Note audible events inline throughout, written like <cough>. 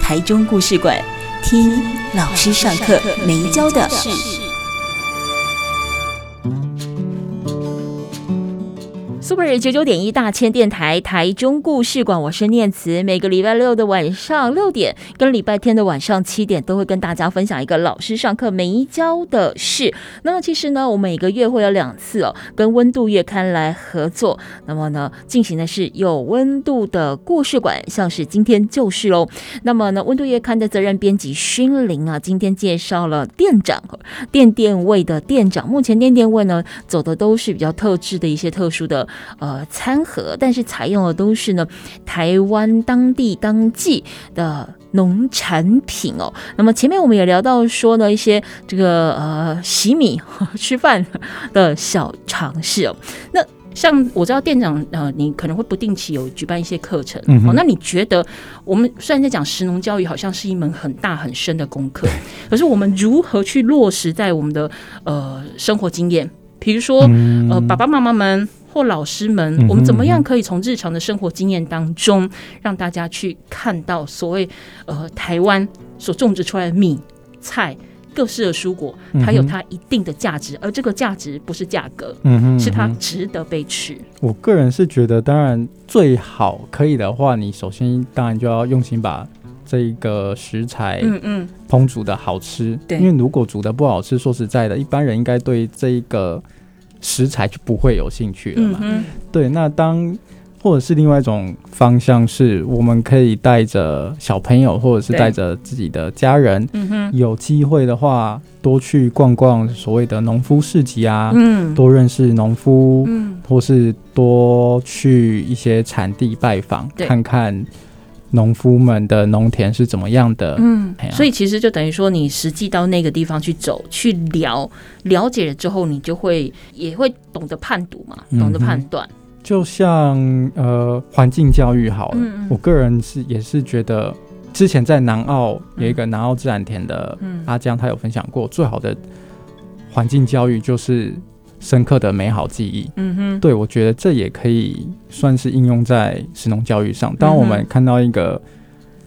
台中故事馆，听老师上课没教的事。 Super 九九点一大千电台台中故事馆，我是念慈。每个礼拜六的晚上六点，跟礼拜天的晚上七点，都会跟大家分享一个老师上课没教的事。那么其实呢，我每个月会有两次哦，跟温度月刊来合作。那么呢，进行的是有温度的故事馆，像是今天就是喽。那么呢，温度月刊的责任编辑勋林啊，今天介绍了店长店店位的店长。目前店店位呢，走的都是比较特制的一些特殊的呃餐盒，但是采用的都是呢台湾当地当季的。农产品哦，那么前面我们也聊到说呢，一些这个呃洗米吃饭的呃小尝试哦。像我知道店长，呃，你可能会不定期有举办一些课程，嗯哼哦，那你觉得我们虽然在讲食农教育，好像是一门很大很深的功课，可是我们如何去落实在我们的呃生活经验？比如说，嗯呃，爸爸妈妈们或老师们，嗯哼我们怎么样可以从日常的生活经验当中，让大家去看到所谓呃台湾所种植出来的米菜。各式的蔬果，它有嗯哼它一定的价值，而这个价值不是价格，嗯哼，是它嗯哼值得被吃。我个人是觉得，当然最好可以的话，你首先当然就要用心把这个食材嗯嗯，烹煮的好吃。对因为如果煮的不好吃，说实在的，一般人应该对这一个食材就不会有兴趣了嘛。嗯对，那当或者是另外一种方向是，我们可以带着小朋友，或者是对带着自己的家人，嗯哼，有机会的话，多去逛逛所谓的农夫市集啊，嗯多认识农夫，嗯或是多去一些产地拜访，对看看农夫们的农田是怎么样的。嗯哎呀所以其实就等于说，你实际到那个地方去走、去聊，了解了之后，你就会也会懂得判读嘛，嗯懂哼得判断。就像呃环境教育好了，嗯嗯我个人是也是觉得，之前在南澳有一个南澳自然田的嗯阿江，他有分享过，最好的环境教育就是深刻的美好记忆。嗯哼，对，我觉得这也可以算是应用在食农教育上。当我嗯们哼看到一个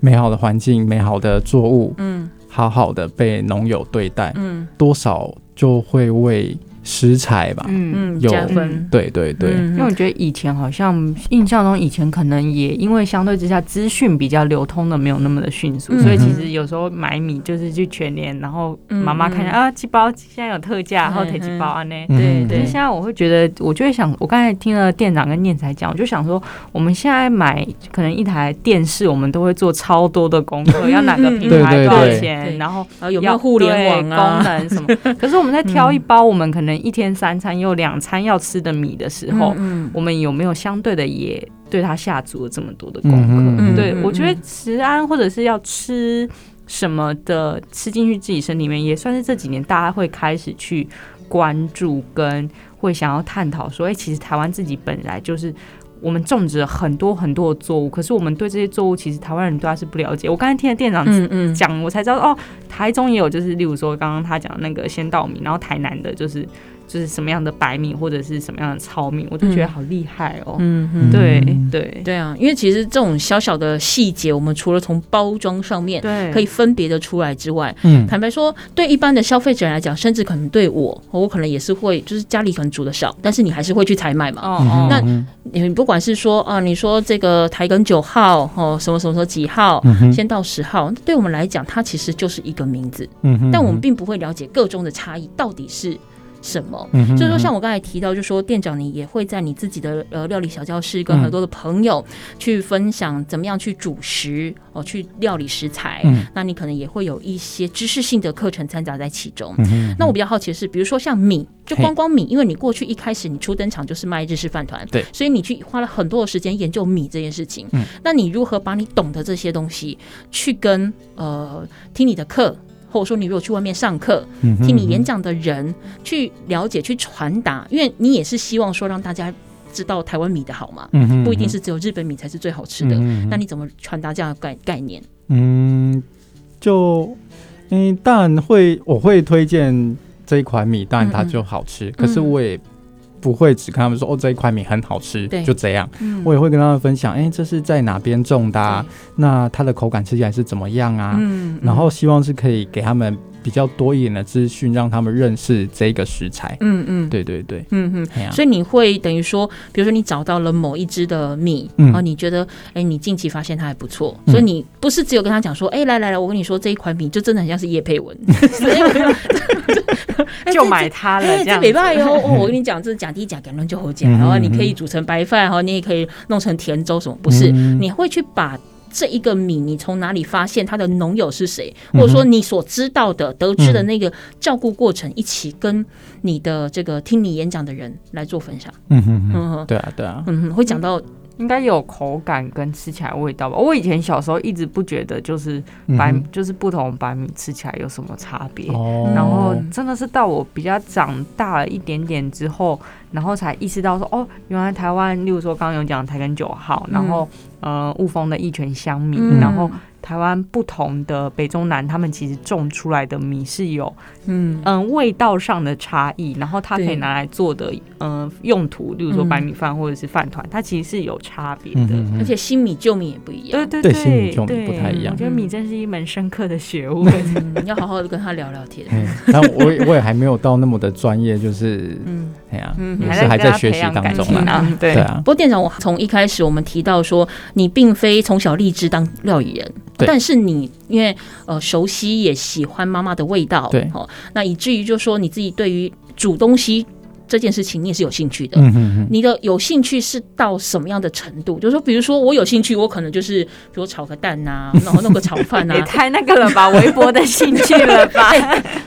美好的环境、美好的作物，嗯好好的被农友对待，嗯多少就会为食材吧。嗯，嗯，有加分。对对对，因为我嗯觉得以前好像印象中，以前可能也因为相对之下资讯比较流通的没有那么的迅速，嗯所以其实有时候买米就是去全年，然后妈妈看一下、嗯啊，几包现在有特价，然后嗯提几包啊呢。对嗯可对是现在我会觉得，我就会想，我刚才听了店长跟念才讲，我就想说，我们现在买可能一台电视，我们都会做超多的功课，要哪个品对牌对多少对钱，嗯对然后然啊后有没要有互联网啊？嗯对功能什么？可是我们在挑一包我们可能一天三餐又两餐要吃的米的时候，嗯我们有没有相对的也对它下足了这么多的功嗯课？哼嗯哼对嗯，我觉得食安或者是要吃什么的吃进去自己身体里面，也算是这几年大家会开始去关注跟会想要探讨说，哎、其实台湾自己本来就是。我们种植了很多很多的作物，可是我们对这些作物，其实台湾人对它是不了解。我刚才听了店长嗯嗯，讲，我才知道哦，台中也有，就是例如说刚刚他讲的那个鲜稻米，然后台南的就是就是什么样的白米或者是什么样的糙米，我就觉得好厉害哦。嗯嗯，对嗯对对啊，因为其实这种小小的细节，我们除了从包装上面对，可以分别的出来之外，嗯坦白说，对一般的消费者来讲，甚至可能对我，我可能也是会，就是家里可能煮的少，但是你还是会去采买嘛。哦嗯哦哼，那嗯你不管是说啊，你说这个台梗九号哦，什么什么什么几号，嗯哼先到十号，对我们来讲，它其实就是一个名字，嗯哼但我们嗯哼并不会了解个中的差异到底是。什么。嗯哼所以说，像我我刚才提到，就说店长你也会在你自己的呃料理小教室嗯跟很多的朋友去分享怎么样去煮食哦、去料理食材。嗯那你可能也会有一些知识性的课程掺杂在其中。嗯哼那我比较好奇的是，比如说像米，就嘿光光米，因为你过去一开始你初登场就是卖日式饭团，对所以你去花了很多的时间研究米这件事情。嗯，那你如何把你懂得这些东西去跟呃听你的课，或者说你如果去外面上课嗯哼听你演嗯讲的人去了解、去传达，因为你也是希望说让大家知道台湾米的好嘛，哼嗯哼不一定是只有日本米才是最好吃的。嗯哼那你怎么传达这样的概概念？嗯，就嗯，蛋会我会推荐这一款米，蛋它嗯嗯就好吃，可是我也不会只跟他们说哦这一款米很好吃对，就这样。嗯我也会跟他们分享，哎、这是在哪边种的、啊，那它的口感吃起来是怎么样啊？嗯然后希望是可以给他们比较多一点的资讯，让他们认识这个食材。嗯嗯对对对，嗯嗯。哎呀、所以你会等于说，比如说你找到了某一只的米，嗯啊，你觉得，哎，你近期发现它还不错，嗯所以你不是只有跟他讲说，哎，来来来，我跟你说这一款米就真的很像是叶佩文， <laughs> 哎 <laughs> 就买它了哎，嗯这样礼子。拜 <laughs> 哟，哦我跟你讲，这讲第讲讲论就好讲，嗯哼然后你嗯哼可以煮成白饭，哦哈，你也可以弄成甜粥什么，不是，嗯你会去把。这一个米，你从哪里发现它的农友是谁，或者说嗯你所知道的、得知的那个照顾过程，一起跟你的这个听你演讲的人来做分享。嗯哼哼，嗯哼，对啊对啊，嗯哼，会讲到应该有口感跟吃起来的味道吧。我以前小时候一直不觉得，就是白、嗯就是不同白米吃起来有什么差别。哼哦，然后真的是到我比较长大了一点点之后，然后才意识到说，哦，原来台湾，例如说刚刚有讲台根九号，然后、呃雾峰的一拳香米，嗯然后台湾不同的北中南，他们其实种出来的米是有嗯嗯味道上的差异，然后它可对以拿来做的嗯用途，例如说嗯白米饭或者是饭团，它其实是有差别嗯的。哼哼而且新米旧米也不一对样。对对对，心理就不太一样我觉得米真是一门深刻的学问。嗯，要好好的跟他聊聊天。嗯，但我也我也还没有到那么的专业，就是嗯，哎呀、嗯也还是还跟在他学培习养当感中情啦。啊，对对啊不，过店长，我从一开始我们提到说，你并非从小立志当料理人，对但是你因为呃熟悉也喜欢妈妈的味道，对哦，那以至于就说你自己对于煮东西这件事情，你也是有兴趣的。嗯哼哼，你的有兴趣是到什么样的程度？就是说，比如说我有兴趣，我可能就是比如炒个蛋 <laughs> 呐、然后弄个炒饭啊呐、也太那个了吧，微博的兴趣了 <laughs> 吧？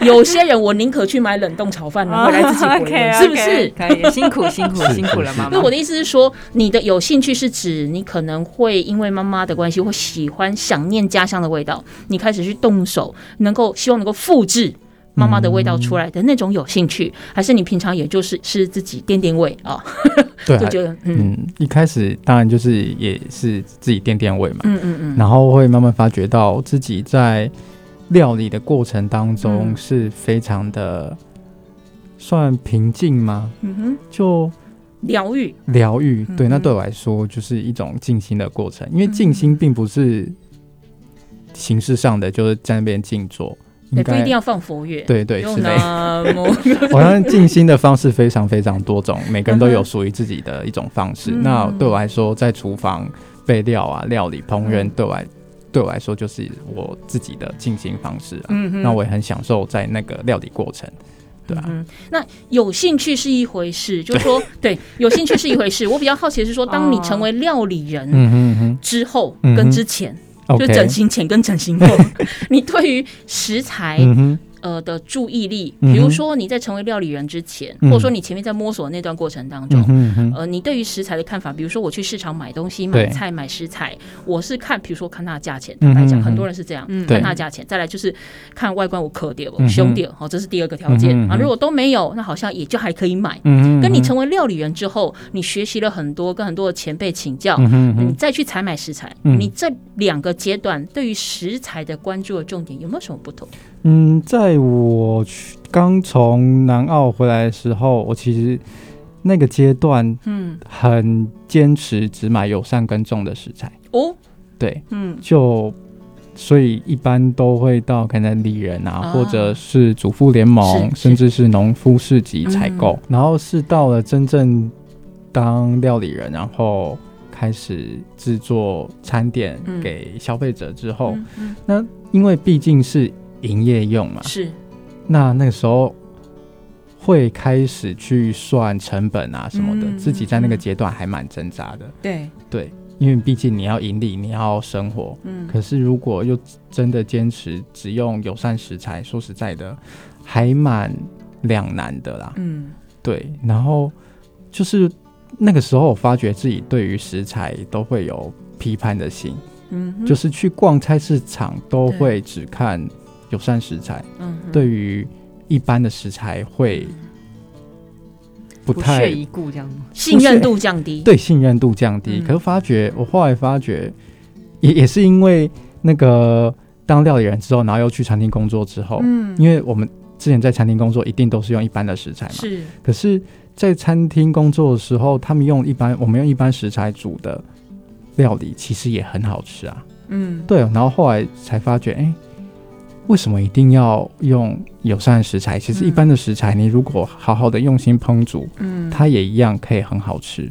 有些人我宁可去买冷冻炒饭，然后回来自己滚哦 <laughs> OK，OK，哦是不是？可以，辛苦辛苦是辛苦了，妈因为妈我。的意思是说，你的有兴趣是指你可能会因为妈妈的关系，或喜欢想念家乡的味道，你开始去动手，能够希望能够复制妈妈的味道出来的那种有兴趣，还是你平常也就是是自己垫垫味啊，对就啊，觉得嗯嗯，一开始当然就是也是自己垫垫位嘛，嗯嗯嗯，然后会慢慢发觉到自己在料理的过程当中嗯是非常的算平静吗？嗯哼，就疗愈，疗愈，对，嗯嗯那哼对我来说就是一种静心的过程，因为静心并不是形式上的，就是在那边静坐，应也不一该定要放佛乐，，对对用是的。 <laughs> 那么我相信静心的方式非常非常多种，每个人都有属于自己的一种方式。嗯那对我来说，在厨房备料啊、料理、烹饪，嗯对我来对我来说就是我自己的静心方式、啊。嗯哼那我也很享受在那个料理过程，对啊。嗯，那有兴趣是一回事，就是说，对，有兴趣是一回事。我比较好奇的是说，当你成为料理人嗯哼嗯之后，嗯哼跟之前，哼就，OK，是整形前跟整 <laughs> 形后，你对于食材嗯哼，呃的注意力，嗯哼比如说你在成为料理人之前，嗯或者说你前面在摸索的那段过程当嗯中。哼嗯哼，呃，你对于食材的看法，比如说我去市场买东西、对买菜、买食材，我是看，比如说看它的价钱。坦嗯白嗯讲，嗯很多人是这样，嗯对看它的价钱。再来就是看外观，我可掉嗯不哼凶掉，好，这是第二个条件嗯哼嗯哼啊。如果都没有，那好像也就还可以买。嗯哼，跟你成为料理人之后，你学习了很多，跟很多的前辈请教，嗯哼嗯你哼，再去采买食材，嗯你这两个阶段对于食材的关注的重点有没有什么不同？嗯，在我去刚从南澳回来的时候，我其实那个阶段嗯，很坚持只买友善耕种的食材，哦，对，嗯就所以一般都会到可能里仁啊，啊或者是主妇联盟，是甚至是农夫市集采购。嗯然后是到了真正当料理人，然后开始制作餐点嗯给消费者之后，嗯嗯因为毕竟是营业用嘛，是那那个时候会开始去算成本啊什么的，嗯自己在那个阶段还蛮挣扎的。对，对，因为毕竟你要盈利，你要生活。嗯，可是如果又真的坚持只用友善食材，说实在的，还蛮两难的啦。嗯，对，然后就是那个时候，我发觉自己对于食材都会有批判的心，嗯哼，就是去逛菜市场都会只看友善食材，嗯哼，对于一般的食材会不不太屑一顾这样吗？信任度降低。对信任度降低。嗯可是发觉，我后来发觉，也也是因为那个当料理人之后，然后又去餐厅工作之后，嗯，因为我们之前在餐厅工作，一定都是用一般的食材嘛。是可是，在餐厅工作的时候，他们用一般我们用一般食材煮的料理，其实也很好吃啊。嗯，对，然后后来才发觉，哎、为什么一定要用友善食材？其实一般的食材，你如果好好的用心烹煮，嗯，它也一样可以很好吃。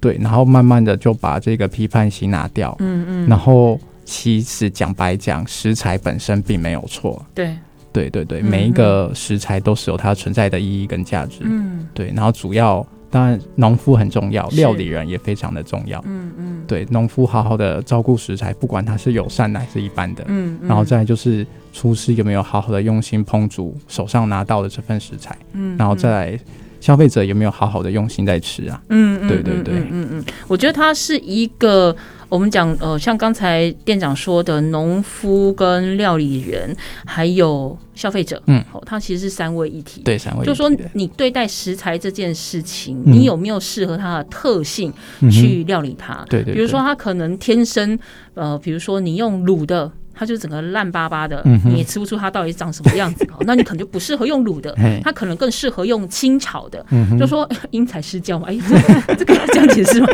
对，然后慢慢的就把这个批判心拿掉，嗯嗯，然后其实讲白讲，食材本身并没有错。对，对对对，嗯每一个食材都是有它存在的意义跟价值。嗯对，然后主要当然农夫很重要，是料理人也非常的重要。嗯嗯，对，农夫好好的照顾食材，不管它是友善的还是一般的，嗯，嗯然后，再来就是厨师有没有好好的用心烹煮手上拿到的这份食材，嗯，然后再来消费者有没有好好的用心在吃啊？嗯，嗯，嗯对对对嗯嗯嗯，我觉得它是一个我们讲呃，像刚才店长说的，农夫跟料理人，还有消费者，嗯哦，它其实是三位一体。对，三位一体就的说你对待食材这件事情，嗯你有没有适合它的特性嗯哼去料理它？对对，比如说对它可能天生，呃，比如说你用卤的，它就整个烂巴巴的，嗯哼你也吃不出它到底长什么样子。 <laughs> 哦那你可能就不适合用卤的，嘿它可能更适合用清炒的。嗯哼就说因材施教嘛，哎，这这个这 <laughs> 样解释吗？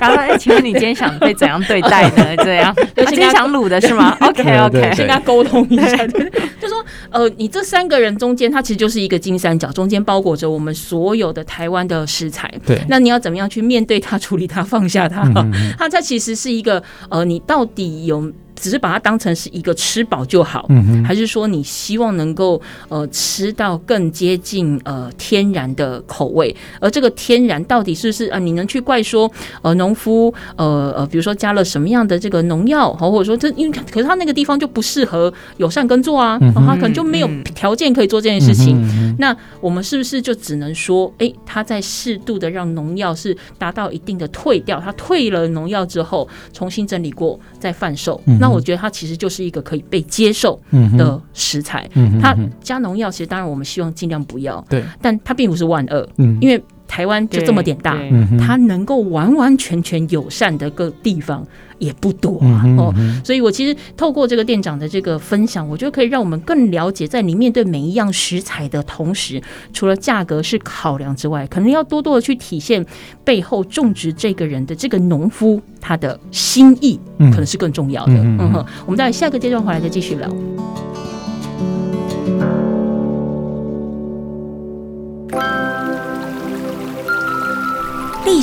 然后，哎，请问你今天想被怎样对待呢？ <laughs> 这样，对啊今天想 <laughs> 卤的是吗？OK 对对 OK，对跟他沟通一 <laughs> 下，对就说呃，你这三个人中间，它其实就是一个金三角，中间包裹着我们所有的台湾的食材。对，那你要怎么样去面对它、处理它、放下它？嗯哼嗯它它其实是一个呃，你到底有只是把它当成是一个吃饱就好，嗯哼还是说你希望能够呃吃到更接近呃天然的口味？而这个天然到底是不是啊、呃你能去怪说呃农夫呃呃，比如说加了什么样的这个农药，好或者说这因为可是他那个地方就不适合友善耕作啊，嗯哦哼他可能就没有嗯条件可以做这件事情。嗯哼嗯哼那我们是不是就只能说，诶，它在适度的让农药是达到一定的退掉，它退了农药之后，重新整理过再贩售？嗯哼那我觉得它其实就是一个可以被接受嗯哼的食材。嗯哼它嗯哼加农药，其实当然我们希望尽量不要，对，但它并不是万恶，嗯因为台湾就这么点大，对嗯哼它能够完完全全友善的个地方也不多嗯啊。哼哦，嗯哼所以我其实透过这个店长的这个分享，我觉得可以让我们更了解，在你面对每一样食材的同时，除了价格是考量之外，可能要多多的去体现背后种植这个人的这个农夫他的心意，嗯可能是更重要的。嗯嗯嗯哼，我们在下个阶段回来再继续聊。历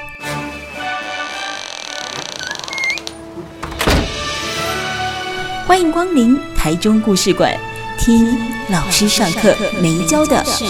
欢迎光临台中故事馆，听老师上课没教的事。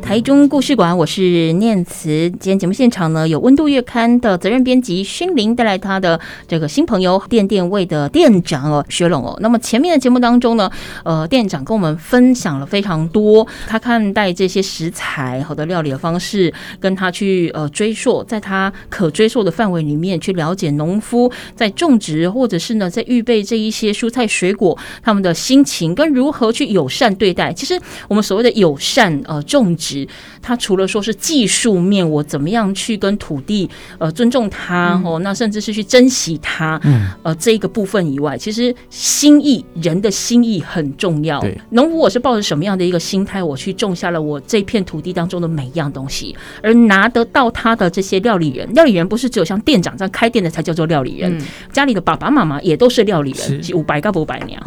台中故事馆，我是念慈。今天节目现场呢，有《温度月刊》的责任编辑勋林带来他的这个新朋友店店位的店长哦，薛龙哦。那么前面的节目当中呢，呃，店长跟我们分享了非常多他看待这些食材好的料理的方式，跟他去呃追溯，在他可追溯的范围里面去了解农夫在种植或者是呢在预备这一些蔬菜水果他们的心情跟如何去友善对待。其实我们所谓的友善呃种植，实它除了说是技术面，我怎么样去跟土地呃尊重它、哦，那甚至是去珍惜它，嗯，呃这一个部分以外，其实心意人的心意很重要对。农夫我是抱着什么样的一个心态，我去种下了我这片土地当中的每一样东西，而拿得到他的这些料理人，料理人不是只有像店长这样开店的才叫做料理人，嗯家里的爸爸妈妈也都是料理人，是五百个五百娘，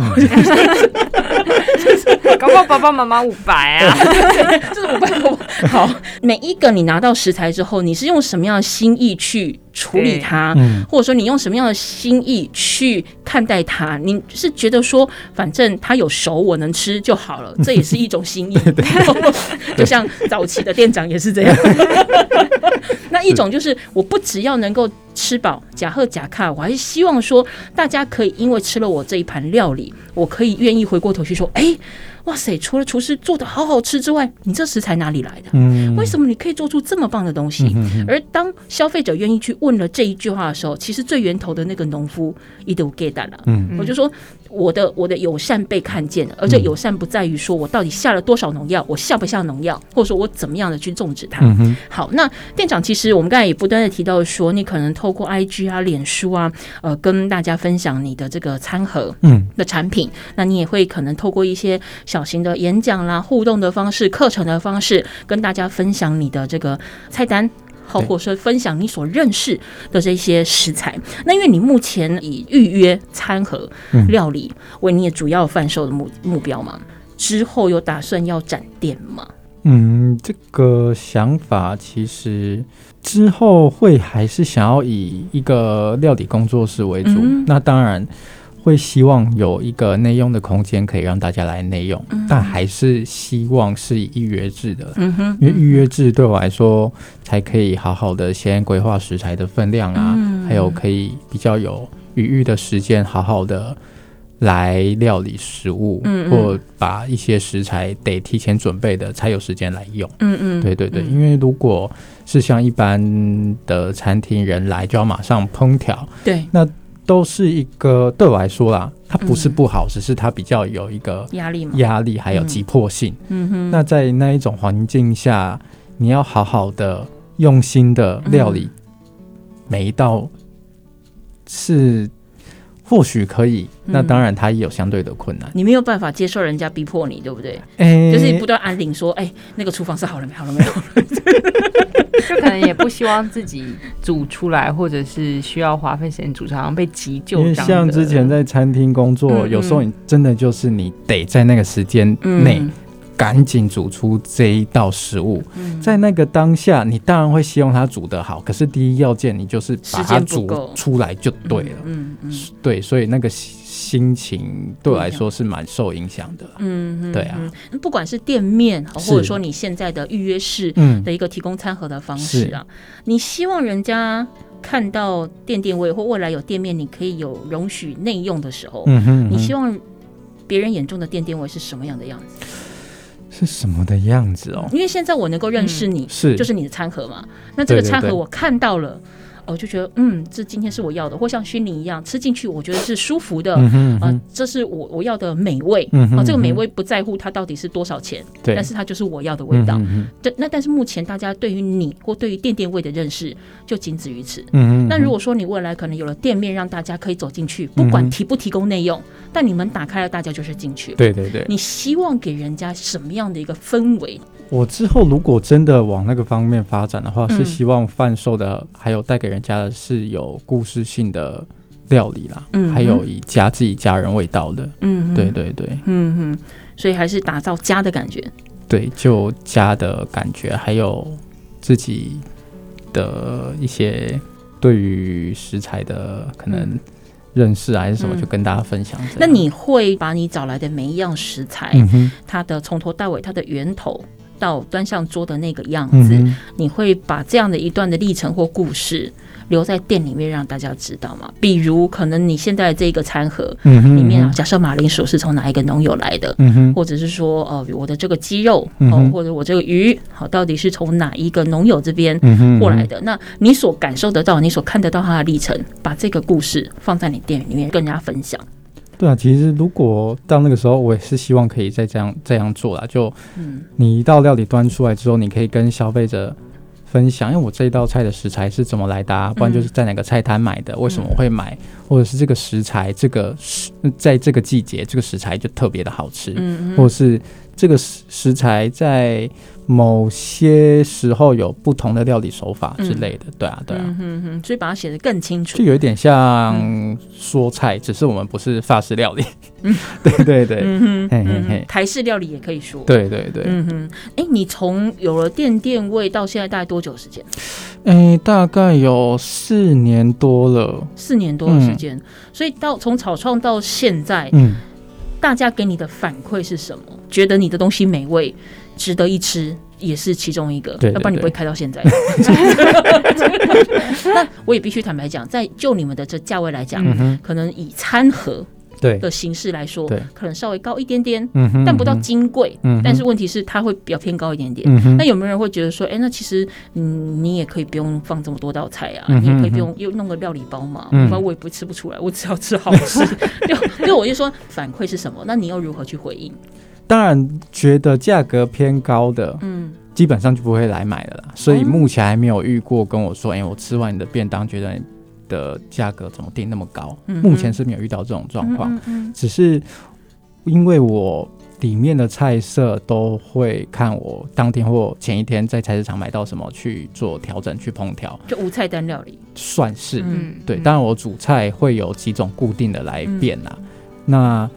搞不好爸爸妈妈五百啊， <laughs> 这五百个好，每一个你拿到食材之后，你是用什么样的心意去处理它？嗯或者说你用什么样的心意去看待它？你是觉得说，反正它有熟，我能吃就好了，这也是一种心意。 <laughs> 就像早期的店长也是这样。 <laughs> 那一种就是，我不只要能够吃饱、假喝假看，我还是希望说，大家可以因为吃了我这一盘料理，我可以愿意回过头去说，哎、哇塞，除了厨师做的好好吃之外，你这食材哪里来的？嗯为什么你可以做出这么棒的东西？嗯而当消费者愿意去问了这一句话的时候，其实最源头的那个农夫一都 get 到了。嗯我就说，我的我的友善被看见了，而这友善不在于说我到底下了多少农药，我下不下农药，或者说我怎么样的去种植它。嗯哼，好，那店长，其实我们刚才也不断的提到说，你可能透过 IG 啊、脸书啊，呃，跟大家分享你的这个餐盒嗯的产品，那你也会可能透过一些小型的演讲啦、互动的方式、课程的方式，跟大家分享你的这个菜单。好，对或者说分享你所认识的这些食材。那因为你目前以预约餐盒嗯料理为你的主要贩售的目目标嘛，之后有打算要展店吗？嗯，这个想法其实之后会还是想要以一个料理工作室为主，嗯那当然会希望有一个内用的空间可以让大家来内用，但还是希望是以预约制的。嗯哼，因为预约制对我来说，才可以好好的先规划食材的分量啊，嗯还有可以比较有余裕的时间，好好的来料理食物，嗯嗯或把一些食材得提前准备的，才有时间来用。嗯嗯，对对对，嗯因为如果是像一般的餐厅人来就要马上烹调，对都是一个对我来说啦，它不是嗯不好，只是它比较有一个压力嘛，压力还有嗯急迫性。嗯哼，那在那一种环境下，你要好好的、用心的料理嗯每一道，是或许可以，嗯那当然它也有相对的困难。你没有办法接受人家逼迫你，对不对？哎就是不断安铃说，哎、那个厨房是好了没？好 <laughs> 了没有？就可能也不希望自己煮出来，或者是需要花费时间煮出来，好像被急救因为这样像的。之前在餐厅工作，嗯有时候你真的就是你得在那个时间嗯内赶紧煮出这一道食物，嗯在那个当下，你当然会希望它煮得好，可是第一要件你就是把时它间不煮够出来就对了。嗯嗯嗯对，所以那个心心情对我来说是蛮受影响的。嗯，嗯对啊，嗯不管是店面，是或者说你现在的预约式嗯，的一个提供餐盒的方式啊，你希望人家看到店店位或未来有店面，你可以有容许内用的时候，嗯哼你希望望。别人眼中的店店位是什么样的样子？是什么的样子哦？因为现在我能够认识你，嗯是，就是你的餐盒嘛。那这个对对餐盒对我看到了，我就觉得嗯，这今天是我要的，或像熏林一样吃进去，我觉得是舒服的，嗯哼嗯啊哼，，这是我我要的美味。嗯哼啊，这个美嗯哼味不在乎它到底是多少钱，对，但是它就是我要的味道。嗯哼对，那但是目前大家对于你或对于店店味的认识就仅止于此。嗯哼，那如果说你未来可能有了店面，让大家可以走进去，不管嗯提不提供内用，但你们打开了，大家就是进去。对对对，你希望给人家什么样的一个氛围？我之后如果真的往那个方面发展的话，嗯是希望贩售的还有带给人家的是有故事性的料理啦，嗯还有以家自己家人味道的，嗯，对，对对嗯哼，所以还是打造家的感觉。对，就家的感觉，还有自己的一些对于食材的可能认识啊还是什么，嗯就跟大家分享这样。那你会把你找来的每一样食材，嗯哼，它的从头到尾，它的源头到端上桌的那个样嗯子，哼，你会把这样的一段的历程或故事留在店里面让大家知道吗？比如，可能你现在这个餐盒嗯哼，里面啊，假设马铃薯是从哪一个农友来的，嗯哼，或者是说，呃，我的这个鸡肉嗯哦，哼或者我这个鱼，好，到底是从哪一个农友这边嗯哼，过来的？那你所感受得到，你所看得到它的历程，把这个故事放在你店里面跟人家分享。对啊，其实如果到那个时候，我也是希望可以再这样这样做啦。就嗯你一道料理端出来之后，你可以跟消费者分享，因为我这一道菜的食材是怎么来的、嗯啊，不然就是在哪个菜摊买的，为什么我会买，或者是这个食材这个食在这个季节这个食材就特别的好吃，嗯或者是这个食食材在某些时候有不同的料理手法之类的。对啊，对啊。嗯哼哼，所以把它写得更清楚就。有一点像说菜，只是我们不是法式料理。 <laughs> 对对对，嗯哼，嘿嘿嗯哼嘿台式料理也可以说。，对对对，嗯哼，哎，你从有了店店位到现在大概多久时间？诶、大概有四年多了，四年多的时间，所以到从草创到现在，嗯，大家给你的反馈是什么？觉得你的东西美味，值得一吃，也是其中一个。对对要不然你不会对开到现 <laughs> 在。那我也必须坦白讲，在就你们的这价位来讲，嗯哼，可能以餐盒对，的形式来说对，可能稍微高一点点，嗯哼，但不到嗯哼金贵。嗯哼但是问题是，它会比较偏高一点点。嗯哼，那有没有人会觉得说，哎、那其实嗯，你也可以不用放这么多道菜啊，嗯哼你也可以不用又弄个料理包嘛，嗯不然我也不吃不出来，我只要吃好吃。 <laughs> 就就我就说反馈是什么，那你又如何去回应？当然觉得价格偏高的，嗯哦基本上就不会来买了啦。所以目前还没有遇过跟我说，诶，我吃完你的便当，觉得你的价格怎么定那么高？嗯哼目前是没有遇到这种状况，嗯嗯只是因为我。里面的菜色都会看我当天或前一天在菜市场买到什么去做调整、去烹调，嗯就无菜单料理，算是。嗯对，当然我主菜会有几种固定的来嗯变啦。那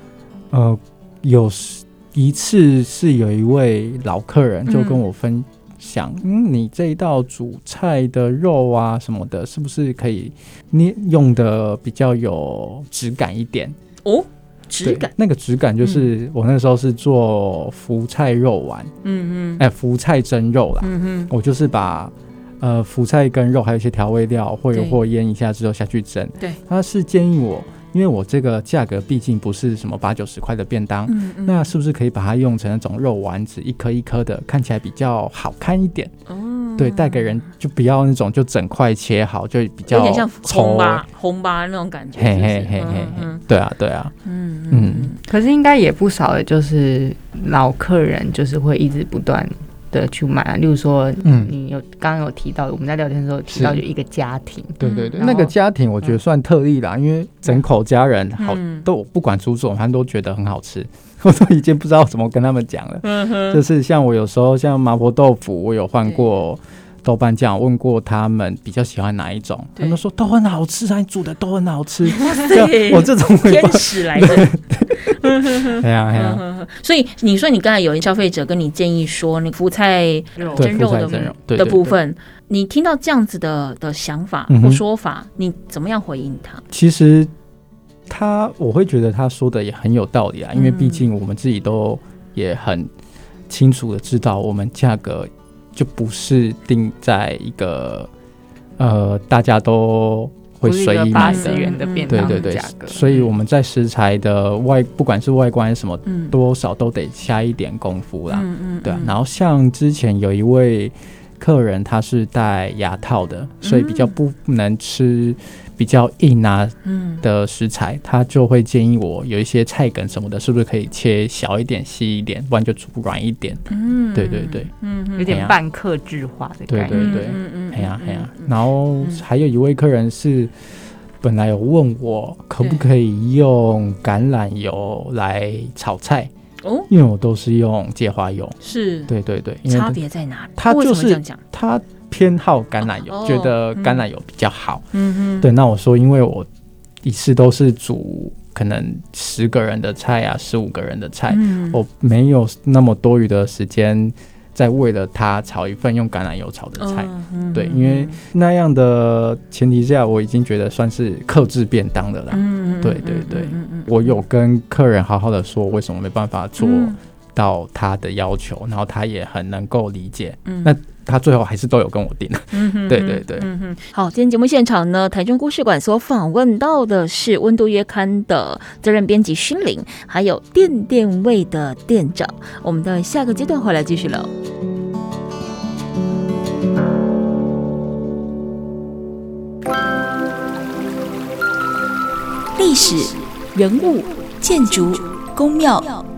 呃，有时一次是有一位老客人就跟嗯我分享，嗯你这一道主菜的肉啊什么的，是不是可以捏用的比较有质感一点？哦，质对感，，嗯那个质感就是、我那时候是做福菜肉丸，嗯嗯哎、福菜蒸肉啦，嗯嗯我就是把呃福菜跟肉还有一些调味料或油对或腌一下之后下去蒸。对，他是建议我，因为我这个价格毕竟不是什么八九十块的便当。嗯嗯，那是不是可以把它用成那种肉丸子，一颗一颗的，看起来比较好看一点？哦对，带给人就不要那种就整块切好，就比较有点像红稠吧红吧那种感觉，嘿是嘿不是嘿嘿嘿嗯，对啊对啊，嗯嗯嗯嗯，可是应该也不少的，就是老客人就是会一直不断的去买啊，例如说。嗯，你有刚刚有提到，我们在聊天的时候有提到，是有一个家庭，对对对，嗯那个家庭我觉得算特例啦，因为整口家人好嗯都不管煮什么，他们都觉得很好吃， <laughs> 我都已经不知道怎么跟他们讲了。嗯哼，就是像我有时候像麻婆豆腐，我有换过豆瓣酱，问过他们比较喜欢哪一种，对他们说都很好吃啊，你煮的都很好吃。 <laughs> 像 <laughs> 对我这种味天道，使来 <laughs> 的。哎呀哎呀，嗯，所以你说你刚才有人消费者跟你建议说，你福菜对蒸肉福菜的蒸肉对的对部对分，你听到这样子的的想法嗯或哼说法，你怎么样回应他？其实他我会觉得他说的也很有道理啊，因为嗯毕竟我们自己都也很清楚的知道，我们价格就不是定在一个呃大家都会不是一随个意八买十的。元的便对当对的对价格，，嗯所以我们在食材的外，不管是外观什么，嗯，多少都得下一点功夫啦。嗯嗯，对啊嗯，然后像之前有一位客人，他是戴牙套嗯的，所以比较不能吃比较硬啊嗯的食材，他就会建议我有一些菜梗什么的，是不是可以切小一点、细一点，不然就煮软一点。嗯，对对对，嗯，嗯有哎点呀半克制化的概念。对对嗯嗯，哎呀嗯哎呀嗯，然后还有一位客人是本来有问我可不对可以用橄榄油来炒菜，哦，因为我都是用芥花油。是对对对，因为差它别在哪里？它为什就么这是样讲，他偏好橄榄油，哦觉得橄榄油比较好。嗯嗯，对，那我说因为我一次都是煮可能十个人的菜啊，十五个人的菜，嗯，我没有那么多余的时间再为了他炒一份用橄榄油炒的哦菜。嗯，嗯对，因为那样的前提下，我已经觉得算是克制便当的啦。嗯，嗯对对对，嗯嗯嗯嗯我有跟客人好好的说，为什么没办法做嗯到他的要求，然后他也很能够理解。嗯那他最后还是都有跟我定。嗯哼对对对嗯哼，好，今天节目现场呢，台中故事馆所访问到的是《温度月刊》的责任编辑勋玲，还有店店位的店长。我们到下个阶段回来继续聊。历史、人物、建筑、宫庙、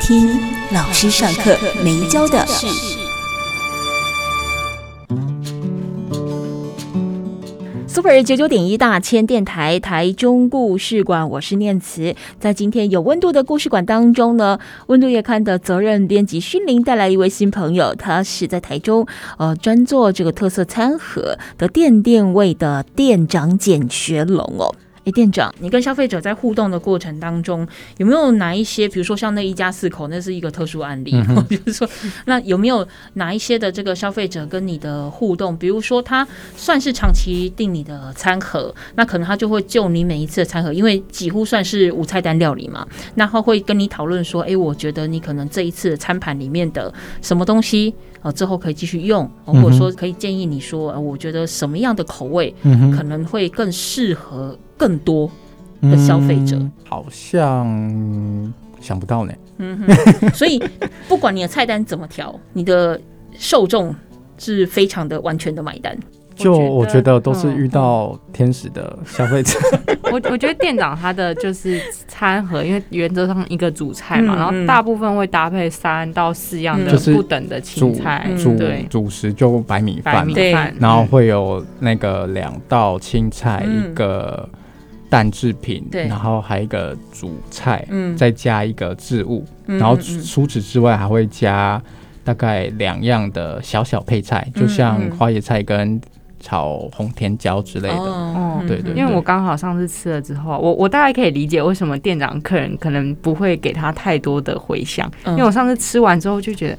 听老师上课没教的事。 Super 九九点一大千电台台中故事馆，我是念慈。在今天有温度的故事馆当中呢，温度月刊的责任编辑勋林带来一位新朋友，他是在台中呃专做这个特色餐盒的店店位的店长简学龙哦。哎，店长，你跟消费者在互动的过程当中，有没有哪一些，比如说像那一家四口，那是一个特殊案例， <laughs> 就是说，那有没有哪一些的这个消费者跟你的互动，比如说他算是长期订你的餐盒，那可能他就会就你每一次的餐盒，因为几乎算是无菜单料理嘛，那他会跟你讨论说，哎，我觉得你可能这一次的餐盘里面的什么东西，呃，之后可以继续用，哦或者说可以建议你说，呃我觉得什么样的口味嗯哼可能会更适合更多的消费者。嗯好像嗯想不到呢。嗯哼，所以不管你的菜单怎么调，你的受众是非常的完全的买单。就我觉得都是嗯遇到天使的消 <laughs> 费者，我我觉得店长他的就是餐盒，因为原则上一个主菜嗯嘛，然后大部分会搭配三到四样的就是不等的青主菜，嗯主对，主食就白米白饭米嘛，对饭，然后会有那个两道青菜，嗯一个蛋制品，对然后还有一个主菜，嗯再加一个置物，嗯然后嗯嗯除此之外还会加大概两样的小小配菜，嗯就像嗯花椰菜跟炒红甜椒之类的。哦哦对对因为我刚好上次吃了之后，啊我我大概可以理解为什么店长客人可能不会给他太多的回响，嗯因为我上次吃完之后就觉得，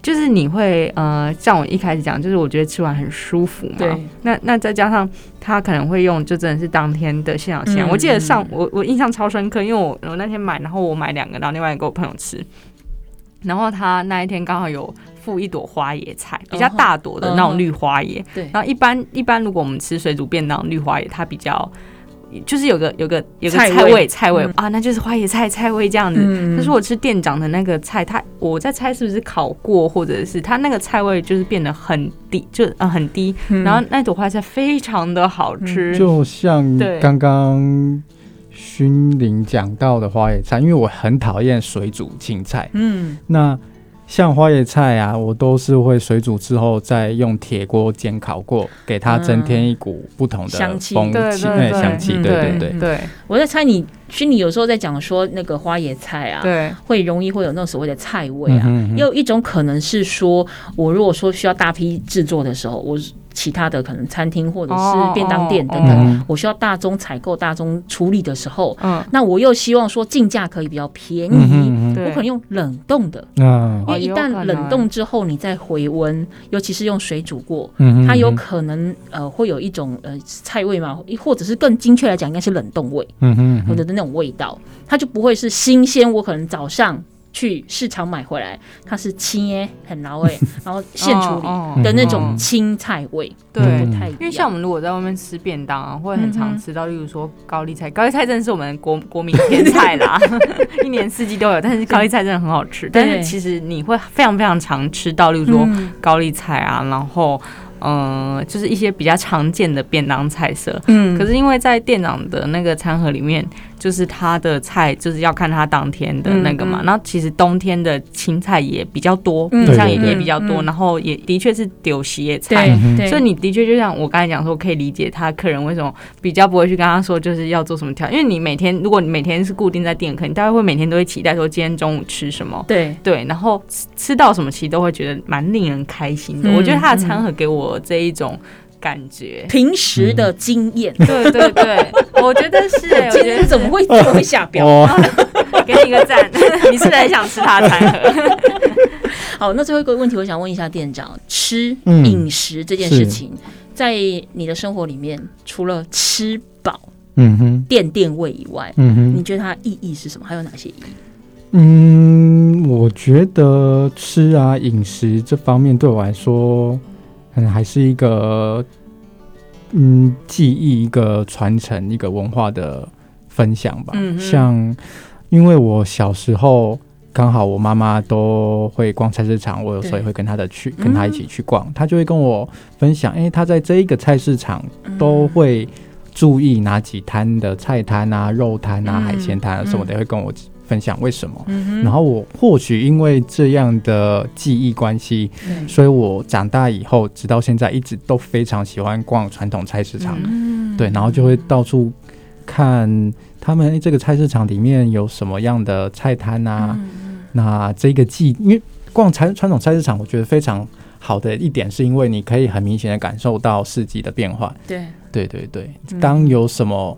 就是你会呃，像我一开始讲，就是我觉得吃完很舒服嘛嗯对。那那再加上他可能会用，就真的是当天的现场现场。嗯我记得上我我印象超深刻，因为我我那天买，然后我买两个，然后另外一个给我朋友吃，然后他那一天刚好有。附一朵花椰菜，比较嗯哼大朵的嗯那哼种绿花椰，对然后一般一般，如果我们吃水煮便当，绿花椰它比较就是有个有个有个菜菜味味菜味嗯啊，那就是花椰菜菜味这样子。嗯但是我吃店长的那个菜，它我在猜是不是烤过，或者是它那个菜味就是变得很低，就呃很低。嗯然后那朵花椰菜非常的好吃，就像对刚刚勋林讲到的花椰菜，因为我很讨厌水煮青菜，嗯那像花椰菜啊，我都是会水煮之后再用铁锅煎烤过，给它增添一股不同的香气风对气、对哎对嗯香气，嗯对对对对。对我在猜你心里有时候在讲说那个花椰菜啊，对会容易会有那种所谓的菜味啊。嗯哼嗯哼也有一种可能是说，我如果说需要大批制作的时候，我其他的可能餐厅或者是便当店等等，哦哦哦我需要大宗采购、大宗处理的时候，嗯，那我又希望说进价可以比较便宜，嗯哼嗯哼对我可能用冷冻的，嗯因为哦一有旦可冷能冻之后，你再回温，尤其是用水煮过，嗯哼它有嗯哼可能呃会有一种呃菜味嘛，或者是更精确来讲，应该是冷冻味嗯哼嗯或哼者的那种味道，它就不会是新鲜。我可能早上去市场买回来，它是青很老 <laughs> 味，然后现处理哦嗯的那哦种青菜味，对。不嗯太一样。因为像我们如果在外面吃便当啊，会嗯哼很常吃到，例如说高丽菜，高丽菜真的是我们国国民天 <laughs> 菜啦，一年四季都有。但是高丽菜真的很好吃，但是其实你会非常非常常吃到，例如说嗯高丽菜啊，然后嗯、呃就是一些比较常见的便当菜色。嗯可是因为在店长的那个餐盒里面，就是他的菜就是要看他当天的那个嘛。嗯嗯然后其实冬天的青菜也比较多，嗯品相也对对也对比较多，嗯嗯然后也的确是丢席叶嗯菜对哼对，所以你的确就像我刚才讲说，可以理解他客人为什么比较不会去跟他说就是要做什么调，因为你每天如果你每天是固定在店，可能大家会每天都会期待说今天中午吃什么。对对，然后吃吃到什么其实都会觉得蛮令人开心的。嗯我觉得他的餐盒给我这一种感觉，平时的经验， <laughs> 对对对，我觉得 <laughs> 是、欸，我今觉天得怎么会这么会下标？哦，给你一个赞， <laughs> 你是不是很想吃他的餐盒？好，那最后一个问题，我想问一下店长，吃嗯饮食这件是事情，在你的生活里面，除了吃饱嗯哼，垫垫胃以外，嗯你哼，觉得它意义是什么？还有哪些意义？嗯，我觉得吃啊、饮食这方面对我来说，嗯，还是一个嗯记忆、一个传承、一个文化的分享吧。嗯哼像因为我小时候刚好我妈妈都会逛菜市场，我有时候对嗯也会跟她的去跟她一起去逛，她就会跟我分享，哎、她在这一个菜市场嗯都会注意哪几摊的菜摊啊、肉摊啊、嗯海鲜摊啊什么的，会跟我分享为什么。嗯哼，然后我或许因为这样的记忆关系，对所以我长大以后直到现在一直都非常喜欢逛传统菜市场，嗯对，然后就会到处看他们诶哎这个菜市场里面有什么样的菜摊啊。嗯那这个季，因为逛传传统菜市场，我觉得非常好的一点是因为你可以很明显的感受到四季的变化。对，对对对，嗯当有什么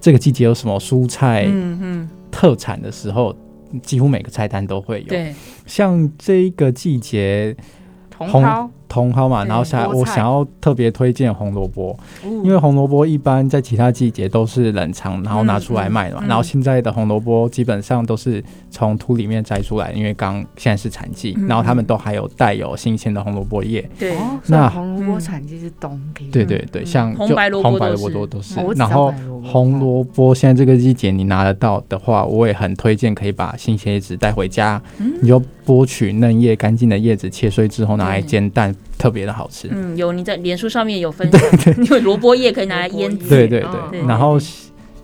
这个季节有什么蔬菜嗯嗯，特产的时候，几乎每个菜单都会有。对，像这一个季节 <laughs> 茼红蒿茼蒿嘛，对嗯然后想菠菜我想要特别推荐红萝卜，因因为红萝卜一般在其他季节都是冷藏，然后拿出来卖嘛。嗯嗯然后现在的红萝卜基本上都是从土里面摘出来，因为刚现在是产季，嗯然后他们都还有带有新鲜的红萝卜叶。对，哦，那那红萝嗯卜产季是冬天，对对对，像红就白萝卜红白都萝卜是都都是哦我。只然知道后白萝卜红萝卜现在这个季节你拿得到的话，我也很推荐可以把新鲜叶子带回家，嗯你就剥取嫩叶、干净的叶子，切碎之后拿来对煎蛋，特别的好吃。嗯，有你在脸书上面有分享，因为萝卜叶可以拿来腌制，对对对，嗯哦对然后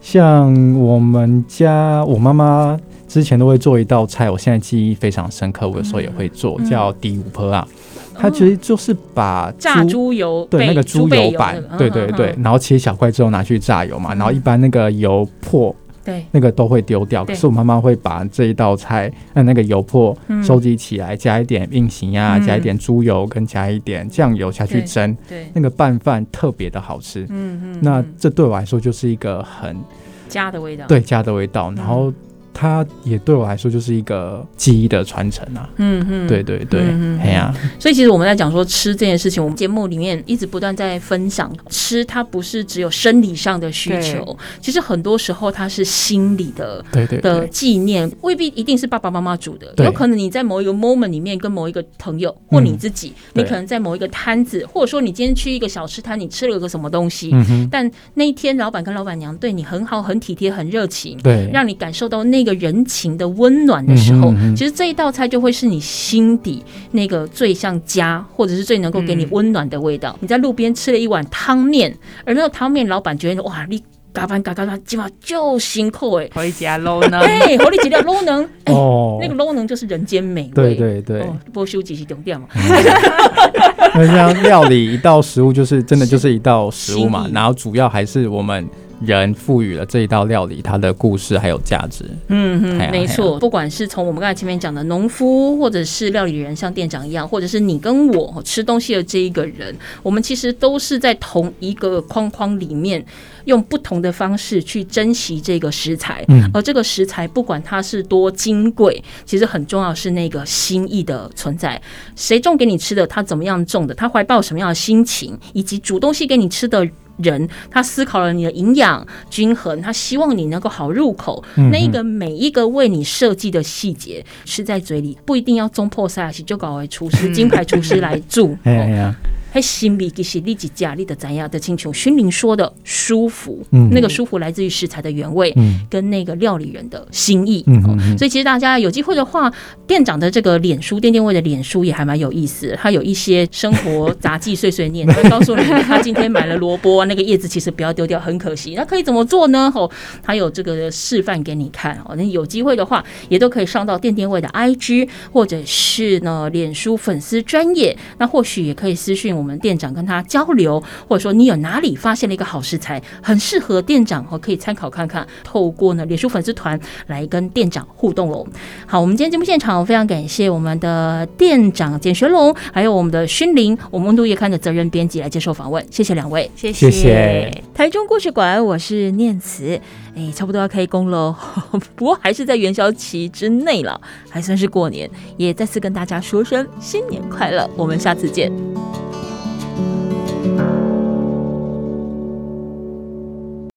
像我们家，我妈妈之前都会做一道菜，我现在记忆非常深刻，我有时候也会做，嗯叫第五坡啊。它哦其实就是把炸猪。猪油对贝那个猪猪背油油嗯板那个，对对对，，然后切小块之后拿去炸油嘛，然嗯后一般那个油破对，那个都会丢掉，对可是我妈妈会把这一道菜，呃，那个油破嗯收集起来，加一点硬形啊，嗯加一点猪油跟加一点酱油下去对蒸，对，那个拌饭特别的好吃。嗯嗯，那嗯这对我来说就是一个很家的味道，，嗯对家的味道，然后它也对我来说就是一个记忆的传承啊。嗯嗯，对。对对嗯嗯嗯，哎呀，所以其实我们在讲说吃这件事情，我们节目里面一直不断在分享，吃它不是只有生理上的需求，其实很多时候它是心理的。对对的对，纪念未必一定是爸爸妈妈煮的，对有可能你在某一个 moment 里面跟某一个朋友或你自己，你嗯对可能在某一个摊子，或者说你今天去一个小吃摊，你吃了个什么东西，嗯哼，但那一天老板跟老板娘对你很好、很体贴、很热情，对，让你感受到那个人情的温暖的时候，嗯哼嗯哼其实这一道菜就会是你心底那个最像家，或者是最能够给你温暖的味嗯道。你在路边吃了一碗汤面，而那个汤面老板觉得哇，你嘎班嘎嘎嘎，今晚就辛苦 <laughs> 哎，。回家喽呢 <laughs> 哎，火力几料 low 能，哎、哦那个 low 能就是人间美味。对对对，哦，不修几是重点嘛。 <laughs> 那像料理一道食物，就是真的就是一道食物嘛心，意然后主要还是我们人赋予了这一道料理它的故事还有价值。嗯嗯，哎呀没错，不管是从我们刚才前面讲的农夫，或者是料理人，像店长一样，或者是你跟我哦吃东西的这一个人，我们其实都是在同一个框框里面，用不同的方式去珍惜这个食材。嗯而这个食材不管它是多金贵，其实很重要是那个心意的存在。谁种给你吃的，他怎么样种的，他怀抱什么样的心情，以及煮东西给你吃的人，他思考了你的营养均衡，他希望你能够好入口。嗯那一个每一个为你设计的细节吃在嘴里，不一定要中破塞西就搞为厨师、金牌厨师来住。 <laughs> 哎呀哦呀，还心里其实立即加力的怎样的清楚，勋林说的舒服，嗯那个舒服来自于食材的原味，嗯跟那个料理人的心意。嗯哦嗯嗯所以其实大家有机会的话，店长的这个脸书，店店位的脸书也还蛮有意思，他有一些生 <laughs> 活杂技碎碎念，他告诉你他今天买了萝卜，啊那个叶子其实不要丢掉，很可惜。那可以怎么做呢？哦，他有这个示范给你看哦。那有机会的话，也都可以上到店店位的 IG 或者是呢脸书粉丝专业，那或许也可以私讯我们店长跟他交流，或者说你有哪里发现了一个好食材，很适合店长哦，可以参考看看。透过呢脸书粉丝团来跟店长互动喽。好，我们今天节目现场非常感谢我们的店长简学龙，还有我们的勋林，我们温度月刊的责任编辑来接受访问，谢谢两位。谢谢谢。台中故事馆，我是念慈，哎，差不多要开工喽， <laughs> 不过还是在元宵期之内了，还算是过年，也再次跟大家说声新年快乐，我们下次见。